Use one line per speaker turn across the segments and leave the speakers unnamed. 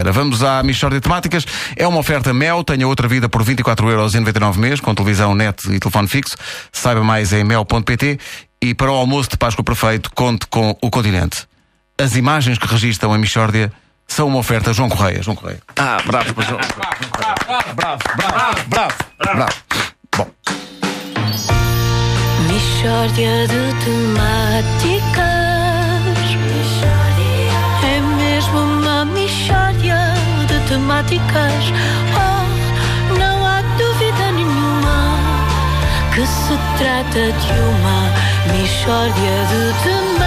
sexta-feira. Vamos à Michórdia de Temáticas. É uma oferta Mel, tenha outra vida por 24,99€ mês, com televisão, net e telefone fixo. Saiba mais em mel.pt e para o almoço de Páscoa Perfeito, conte com o Continente. As imagens que registram a Michórdia são uma oferta João Correia. João Correia.
Ah, bravo, para João. Bravo, bravo, bravo, bravo.
Mishória de temáticas É mesmo uma mishória de temáticas Oh, não há dúvida nenhuma Que se trata de uma mishória de temáticas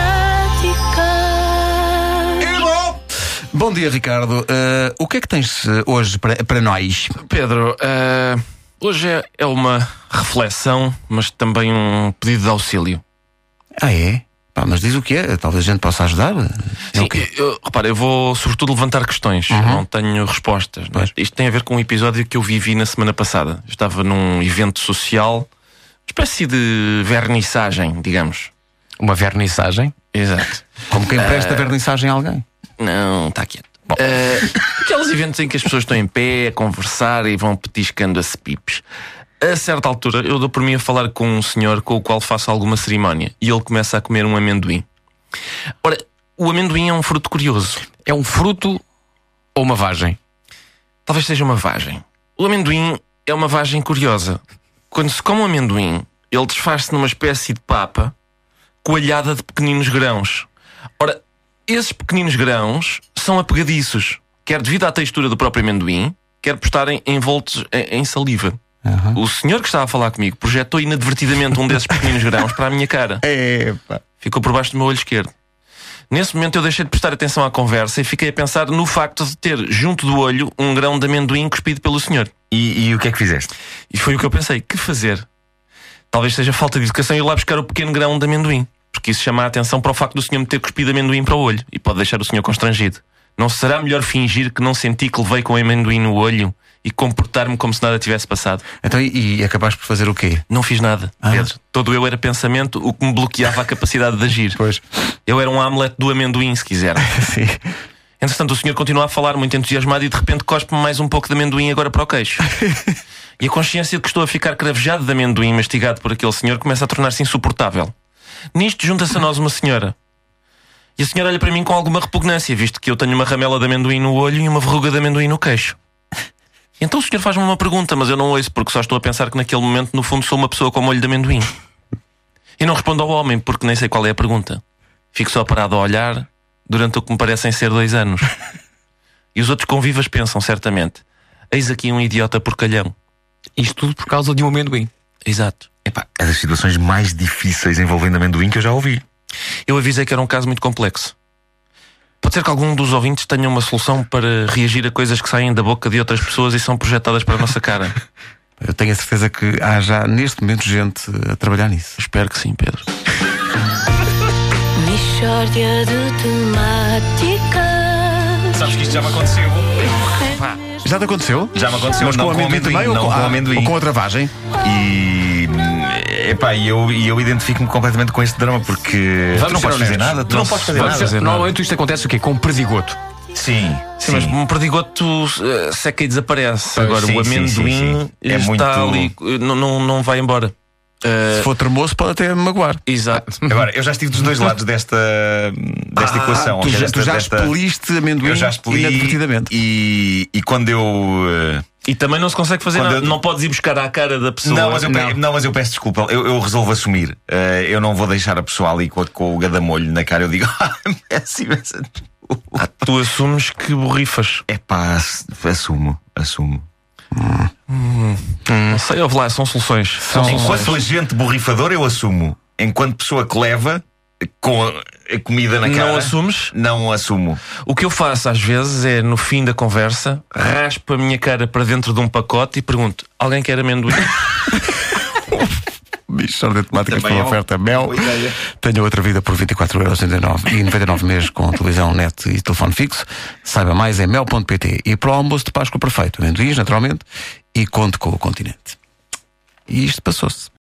Bom dia, Ricardo. Eh, o que é que tens eh, hoje para, para nós?
Pedro, eh, hoje é, é uma reflexão, mas também um pedido de auxílio.
Ah, é? Pá, mas diz o que é? Talvez a gente possa ajudar. É
Sim,
o quê? Uhum.
eu, repara, eu vou sobretudo levantar questões, não tenho respostas. não é?
Pois.
Isto tem a ver com um episódio que eu vivi na semana passada. Eu estava num evento social, uma espécie de vernissagem, digamos.
Uma vernissagem? Uh,
Exato.
Como quem presta vernissagem a alguém.
Não, está quieto. Bom, eh, aqueles eventos em que as pessoas estão em pé a conversar e vão petiscando-se pipes. A certa altura, eu dou por mim a falar com um senhor com o qual faço alguma cerimónia e ele começa a comer um amendoim. Ora, o amendoim é um fruto curioso.
É um fruto ou uma vagem?
Talvez seja uma vagem. O amendoim é uma vagem curiosa. Quando se come um amendoim, ele desfaz-se numa espécie de papa coalhada de pequeninos grãos. Ora, esses pequeninos grãos são apegadiços, quer devido à textura do próprio amendoim, quer por estarem envoltos em em saliva. O senhor que estava a falar comigo projetou inadvertidamente um desses pequeninos grãos para a minha cara.
Epa.
Ficou por baixo do meu olho esquerdo. Nesse momento eu deixei de prestar atenção à conversa e fiquei a pensar no facto de ter junto do olho um grão de amendoim cuspido pelo senhor.
E, e o que é que fizeste?
E foi o que eu pensei, que fazer? Talvez seja falta de educação ir lá buscar o pequeno grão de amendoim, porque isso chama a atenção para o facto do senhor me ter cuspido amendoim para o olho e pode deixar o senhor constrangido. Não será melhor fingir que não senti que levei com amendoim no olho e comportar-me como se nada tivesse passado?
Então, e, e acabaste por fazer o quê?
Não fiz nada, Pedro. Todo eu era pensamento, o que me bloqueava a capacidade de agir.
Pois.
Eu era um Hamlet do amendoim, se quiser.
Sim.
Entretanto, o senhor continua a falar muito entusiasmado e de repente cospe-me mais um pouco de amendoim agora para o queixo. e a consciência de que estou a ficar cravejado de amendoim mastigado por aquele senhor começa a tornar-se insuportável. Nisto junta-se a nós uma senhora. E a senhora olha para mim com alguma repugnância, visto que eu tenho uma ramela de amendoim no olho e uma verruga de amendoim no queixo. Então o senhor faz-me uma pergunta, mas eu não ouço porque só estou a pensar que naquele momento, no fundo, sou uma pessoa com molho de amendoim. E não respondo ao homem porque nem sei qual é a pergunta. Fico só parado a olhar durante o que me parecem ser dois anos. E os outros convivas pensam, certamente: eis aqui um idiota porcalhão.
Isto tudo por causa de um amendoim.
Exato.
Epá, é das situações mais difíceis envolvendo amendoim que eu já ouvi.
Eu avisei que era um caso muito complexo. Pode ser que algum dos ouvintes tenha uma solução para reagir a coisas que saem da boca de outras pessoas e são projetadas para a nossa cara.
Eu tenho a certeza que há já, neste momento, gente a trabalhar nisso.
Espero que sim, Pedro.
Mishória de temáticas
Sabes que isto já me aconteceu?
É mesmo
Já te aconteceu?
Já me aconteceu,
Mas
não
com,
com
amendoim
amendoim,
também ou
não
com,
com
ah,
amendoim.
ou com outra vagem?
E. hum, Epá, e eu, e eu identifico-me completamente com este drama porque.
Vamos
tu não
ser
podes fazer
honestos.
nada, tu não podes fazer
Vamos
nada.
dizer, Normalmente isto acontece o quê? Com um perdigoto.
Sim,
Sim, mas
sim.
um perdigoto eh, seca e desaparece. Agora,
sim,
o
sim,
amendoim
sim, sim. É
está
muito-
ali, eh, não, não, não vai embora. Eh,
Se for tremoço, pode até me magoar.
Exato.
Agora, eu já estive dos dois lados desta, desta equação.
Ah, tu
ok?
já,
Desta-
tu já
desta-
expeliste amendoim
Eu já expeli
inadvertidamente.
E, e quando eu. eh,
E também não se consegue fazer
Quando
nada.
eu-
Não podes ir buscar à cara da pessoa.
Não mas, eu
Não.
pe- não, mas eu peço desculpa. Eu, eu resolvo assumir. Eh, eu não vou deixar a pessoa ali com, a- com o gadamolho na cara. Eu digo, ah, peço imensa desculpa.
Tu assumes que borrifas.
É pá, ass- assumo, assumo.
Não sei, ouve lá, são soluções. São soluções.
Enquanto agente borrifador, eu assumo. Enquanto pessoa que leva com a, a comida na cara,
Não assumes?
não assumo.
O que eu faço às vezes é, no fim da conversa, raspo a minha cara para dentro de um pacote e pergunto: alguém quer amendoim?
Michórdia de temáticas
Também
pela
é uma
oferta Mel.
boa ideia.
Tenha outra vida por 24,99€ e 99 meses com televisão, net e telefone fixo. Saiba mais em mel.pt. E para o almoço de Páscoa perfeito, amendoins, naturalmente, e conte com o continente. E isto passou-se.